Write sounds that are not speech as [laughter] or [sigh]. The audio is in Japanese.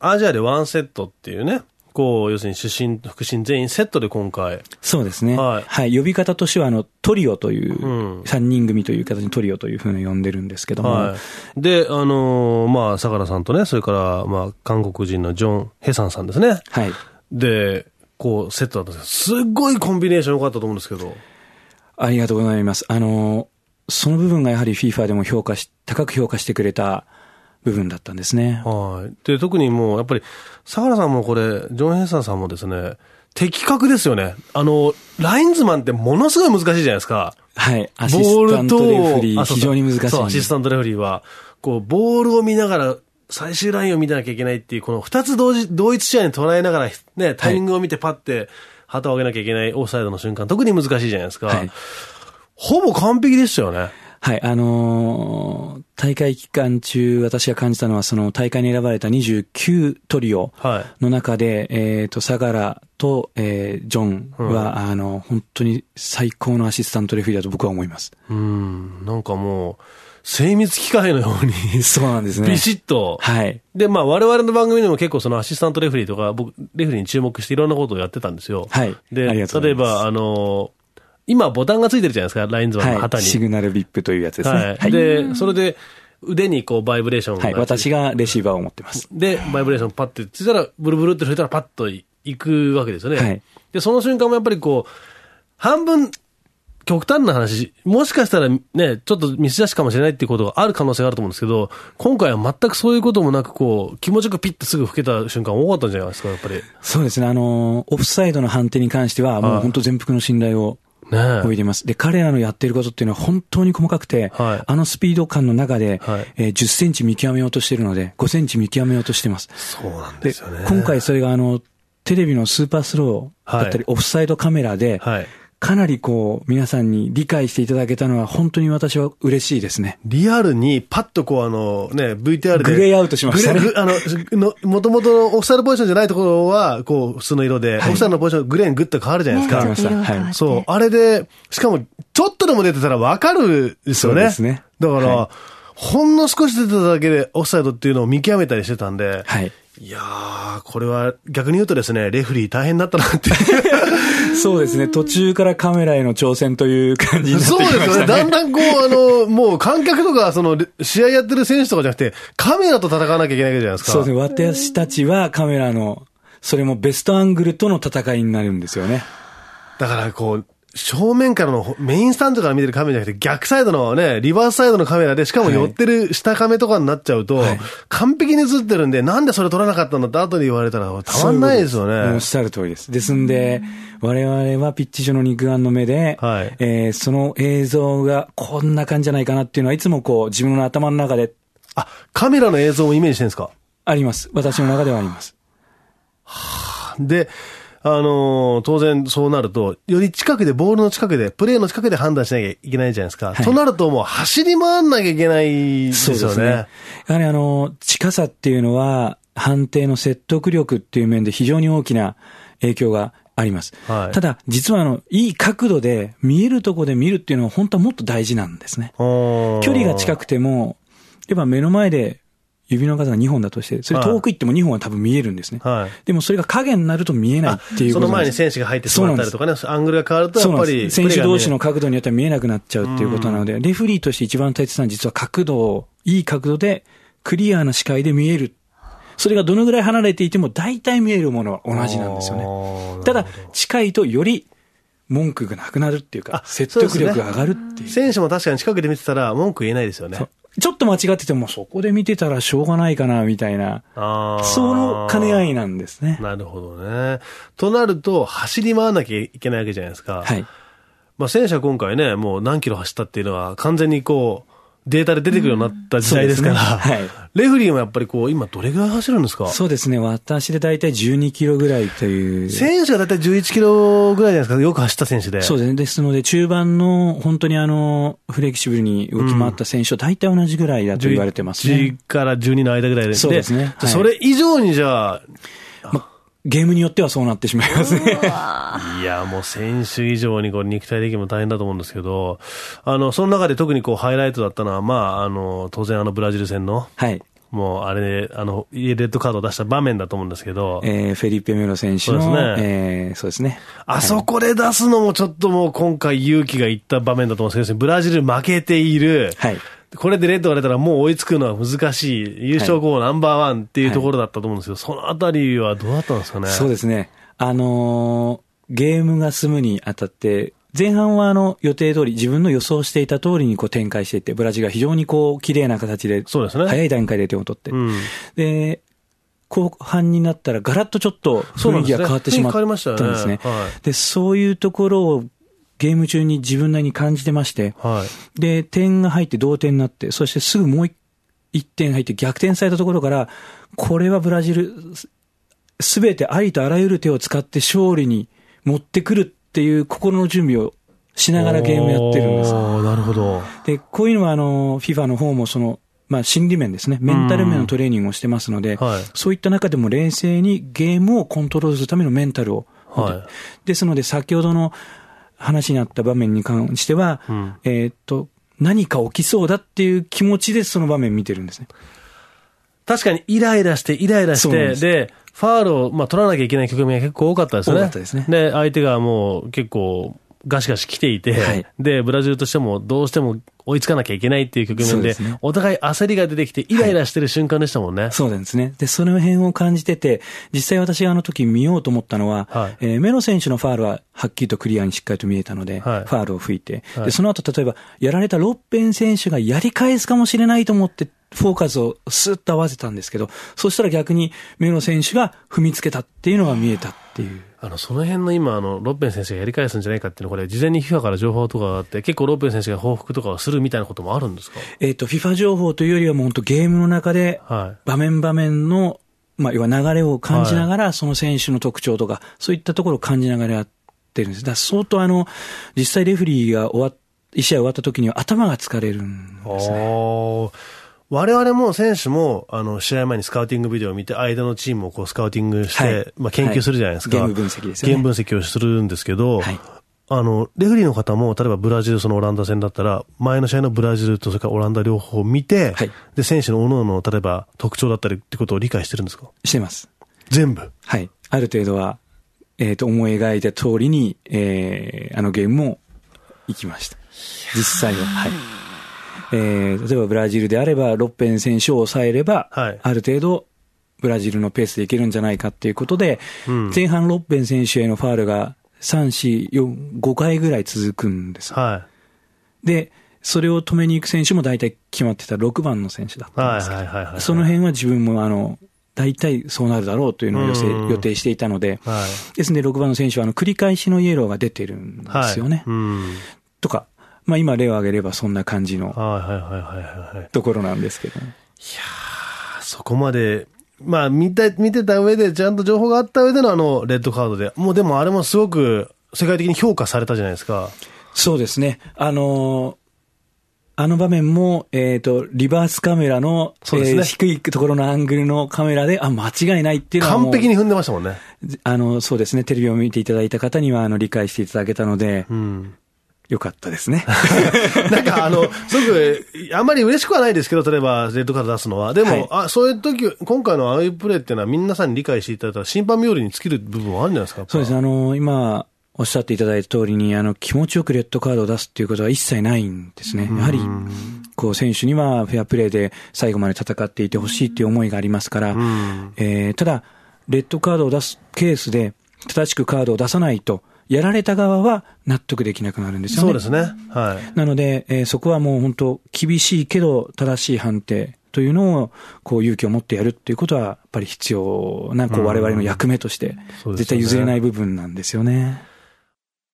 アジアでワンセットっていうね、こう、要するに主審、副審全員セットで今回。そうですね。はい呼び方としては、あの、トリオといううん、 3人組という形にトリオというふうに呼んでるんですけども、はい。で、あのーまあ、相良さんとね、それから、まあ、韓国人のジョン・ヘサンさんですね。はい。で、こう、セットだったんですけど、すっごいコンビネーション良かったと思うんですけど。ありがとうございます。あの、その部分がやはり FIFA でも評価し、高く評価してくれた部分だったんですね。はい。で、特にもう、やっぱり、相良さんもこれ、ジョン・ヘサンさんもですね、的確ですよね。あの、ラインズマンってものすごい難しいじゃないですか。はい。アシボスターンルトと、レフリー、あそう非常に難しそう、アいシス。タントレフリーは、こう、ボールを見ながら、最終ラインを見なきゃいけないっていう、この二つ同時、同一試合に捉えながら、ね、タイミングを見てパッて、旗を上げなきゃいけないオフサイドの瞬間、特に難しいじゃないですか。はいほぼ完璧でしたよね。はい、あのー大会期間中、私が感じたのは、その大会に選ばれた29トリオはい。の中で、えっ、と、相良と、えージョンは、うんあの、本当に最高のアシスタントレフィーだと僕は思います。うん、なんかもう、精密機械のように、そうなんですねビ。シッと、はい。で、まあ、我々の番組でも結構そのアシスタントレフェリーとか、僕、レフェリーに注目していろんなことをやってたんですよ。はいで、ありがとうご例ざえいますば、あの、今ボタンがついてるじゃないですか、ラインズマンの旗はい。に。シグナルビップというやつですね。はい。で、それで、腕にこう、バイブレーションがはい。私がレシーバーを持ってます。で、バイブレーションパッてついたら、ブルブルって吹いたらパッといくわけですよね。はいで、その瞬間もやっぱりこう、半分、極端な話、もしかしたらね、ちょっとミス出しかもしれないっていうことがある可能性があると思うんですけど、今回は全くそういうこともなく、こう、気持ちよくピッてすぐ吹けた瞬間多かったんじゃないですか、やっぱり。ねそうですね。あのーオフサイドの判定に関しては、もう本当全幅の信頼をえおいでます。で、彼らのやってることっていうのは本当に細かくて、はいあのスピード感の中で、はいえー10センチ見極めようとしてるので、5センチ見極めようとしてます。そうなんでですよね。今回それがあの、テレビのスーパースローだったり、はいオフサイドカメラで、はい。かなりこう、皆さんに理解していただけたのは、本当に私は嬉しいですね。リアルにパッとこうあのね、VTR で。グレーアウトしましたねグレーグあの、の、もともとのオフサイドポジションじゃないところは、こう、普通の色で、オフサイドのポジション、グレーにグッと変わるじゃないですわか。かりました色が変わってそう。あれで、しかも、ちょっとでも出てたらわかるですよね。そうですねだから、はほんの少し出てただけでオフサイドっていうのを見極めたりしてたんで、 [laughs] はい。いやー、これは逆に言うとですね、レフェリー大変だったなっていう。 [laughs] そうですね。途中からカメラへの挑戦という感じになってきそうまですしたね。よね。だんだんこう、あの、もう観客とか、その、レ試合やってる選手とかじゃなくて、カメラと戦わなきゃいけないわけじゃないですか。そうですね。私たちはカメラの、それもベストアングルとの戦いになるんですよね。だからこう、正面からの、メインスタンドから見てるカメラじゃなくて、逆サイドのね、リバースサイドのカメラで、しかも寄ってる下カメとかになっちゃうと、はい完璧に映ってるんで、なんでそれ撮らなかったんだって後で言われたら、たまんないですよそううこともうおねっ。しゃる通りです。ですんで、我々はピッチ上の肉眼の目で、はいえーその映像がこんな感じじゃないかなっていうのは、いつもこう、自分の頭の中であ、カメラの映像をイメージしてるんですかあります。私の中ではあります。で、あのー当然そうなると、より近くで、ボールの近くで、プレーの近くで判断しなきゃいけないじゃないですか。いとなるともう走り回んなきゃいけないですよね。やはりあの、近さっていうのは、判定の説得力っていう面で非常に大きな影響があります。はいただ、実はあの、いい角度で、見えるとこで見るっていうのは本当はもっと大事なんですね。距距離が近くても、例えば目の前で指の数が2本だとして、それ遠く行っても2本は多分見えるんですね。はいでもそれが影になると見えないっていうそこのとなん前でにす。選手が入ってしまったりとかね、アングルが変わると、やそうっなんぱでり、す選手同士の角度によっては見えなくなっちゃうっていうことなので、レフェリーとして一番大切なのは実は角度を、いい角度で、クリアな視界で見える。それがどのぐらい離れていても大体見えるものは同じなんですよね。ねただ、近いとより文句がなくなるっていうかあ、説得そうです力ねが上がるっていう。選手も確かに近くで見てたら、文句言えないですよね。ちょっと間違ってても、そこで見てたらしょうがないかな、みたいな。あーその兼ね合いなんですね。なるほどね。となると、走り回らなきゃいけないわけじゃないですか。はい。まあ、選手は今回ね、もう何キロ走ったっていうのは、完全にこう、データで出てくるようになった時代ですから、うんそうですねレフェリーもやっぱりこう、今どれぐらい走るんですか [laughs] そうですね。私で大体12キロぐらいという。そ選手がだいたい11キロぐらいじゃないですか、よく走った選手で。うですね。ですので、中盤の本当にあの、フレキシブルに動き回った選手と大体同じぐらいだと言われてますね。 11から12の間ぐらいで。そうですねはいそれ以上にじゃあ、ゲームによってはそうなってしまいますね。いや、もう選手以上にこう肉体的にも大変だと思うんですけど、あの、その中で特にこうハイライトだったのは、まあ、あの、当然あのブラジル戦の、はい。もうあれ、あの、レッドカードを出した場面だと思うんですけど、えーフェリペ・メロ選手の、そうですえーそうですね。あそこで出すのもちょっともう今回勇気がいった場面だと思うんですけど、ブラジル負けている。はい。これでレッドが出たらもう追いつくのは難しい。優勝候補ナンバーワンっていうところだったと思うんですけど、そのあたりはどうだったんですかね。そうですね。あのーゲームが進むにあたって、前半はあの予定通り、自分の予想していた通りにこう展開していって、ブラジルが非常にこう綺麗な形で、そうですね早い段階で点を取って、うん。で、後半になったらガラッとちょっとそうな雰ん囲気ですねが変わってしまっ雰囲気変わたんですね。りましたよねはで、そういうところをゲーム中に自分なりに感じてまして、はい。で、点が入って同点になって、そしてすぐもう1点入って逆転されたところから、これはブラジル、すべてありとあらゆる手を使って勝利に持ってくるっていう心の準備をしながらゲームをやってるんです。おーなるほど。で、こういうのはあの、FIFA の方もその、まあ、心理面ですね。メンタル面のトレーニングをしてますので、はいそういった中でも冷静にゲームをコントロールするためのメンタルを。はですので、先ほどの話になった場面に関しては、い。うん。えーっと、何か起きそうだっていう気持ちでその場面見てるんですね。確かにイライラして、イライラしそうなんて、でですファールを、まあ、取らなきゃいけない局面が結構多かったですね。多かったですねで、相手がもう結構ガシガシ来ていて、はいで、ブラジルとしてもどうしても追いつかなきゃいけないっていう局そう面でで、すねお互い焦りが出てきて、イライラしてる瞬間でしたもんね。そうなんですね。で、その辺を感じてて、実際私があの時見ようと思ったのは、はいえーメロ選手のファールははっきりとクリアにしっかりと見えたので、はいファールを吹いて、はで、いその後例えば、やられたロッペン選手がやり返すかもしれないと思って、フォーカスをスッと合わせたんですけど、そしたら逆にメロ選手が踏みつけたっていうのが見えたっていう。あの、その辺の今、あの、ロッペン選手がやり返すんじゃないかっていうの、これ、事前に FIFA から情報とかがあって、結構ロッペン選手が報復とかをするみたいなこともあるんですかえっ、と、FIFA 情報というよりはもう本当ゲームの中で、はい。場面場面の、まあ、要は流れを感じながら、その選手の特徴とか、そういったところを感じながらやってるんです。だから相当あの、実際レフェリーが終わっ、一試合終わった時には頭が疲れるんですね。おー我々も選手も、あの、試合前にスカウティングビデオを見て、間のチームをこう、スカウティングして、はいまあ、研究するじゃないですか。はいゲーム分析ですよねゲーム分析をするんですけど、はいあの、レフェリーの方も、例えばブラジル、そのオランダ戦だったら、前の試合のブラジルとそれからオランダ両方を見て、はいで、選手の各々の、例えば特徴だったりってことを理解してるんですかしてます。全部。はい。ある程度は、えっ、と、思い描いた通りに、えーあのゲームも行きました。実際は。はい。えー例えばブラジルであれば、ロッペン選手を抑えれば、はいある程度、ブラジルのペースでいけるんじゃないかっていうことで、うん前半ロッペン選手へのファールが3、4、4、5回ぐらい続くんです。はい。で、それを止めに行く選手も大体決まってた6番の選手だったんはでいすけどはいはいはい。その辺は自分もあの、大体そうなるだろうというのを予定うん予定していたので、はい。ですので6番の選手はあの繰り返しのイエローが出てるんではい。すよね。うん。とか、まあ今例を挙げればそんな感じのはいはいはいはいはい。ところなんですけどね、そこまで、まあ、見た、見てた上で、ちゃんと情報があった上でのあの、レッドカードで。もうでもあれもすごく、世界的に評価されたじゃないですか。そうですね。あのーあの場面も、えっ、と、リバースカメラの、そうですねえー低いところのアングルのカメラで、あ、間違いないっていうのはも完う璧に踏んでましたもんね。あの、そうですね。テレビを見ていただいた方には、あの、理解していただけたので、うん。よかったですね。なんかあの、すごく、あんまり嬉しくはないですけど、例えば、レッドカード出すのは。でも、はいあ、そういう時、今回のああいうプレーっていうのは、皆さんに理解していただいたら、審判冥利に尽きる部分はあるんじゃないですか。そうですね。あの、今、おっしゃっていただいた通りに、あの、気持ちよくレッドカードを出すっていうことは一切ないんですね。やはり、こう、選手にはフェアプレーで最後まで戦っていてほしいっていう思いがありますから、んえーただ、レッドカードを出すケースで、正しくカードを出さないと、やられた側は納得できなくなるんですよね。そうですね。はい。なので、えーそこはもう本当、厳しいけど正しい判定というのを、こう勇気を持ってやるっていうことは、やっぱり必要な、こう我々の役目としてそう、ですよね絶対譲れない部分なんですよね。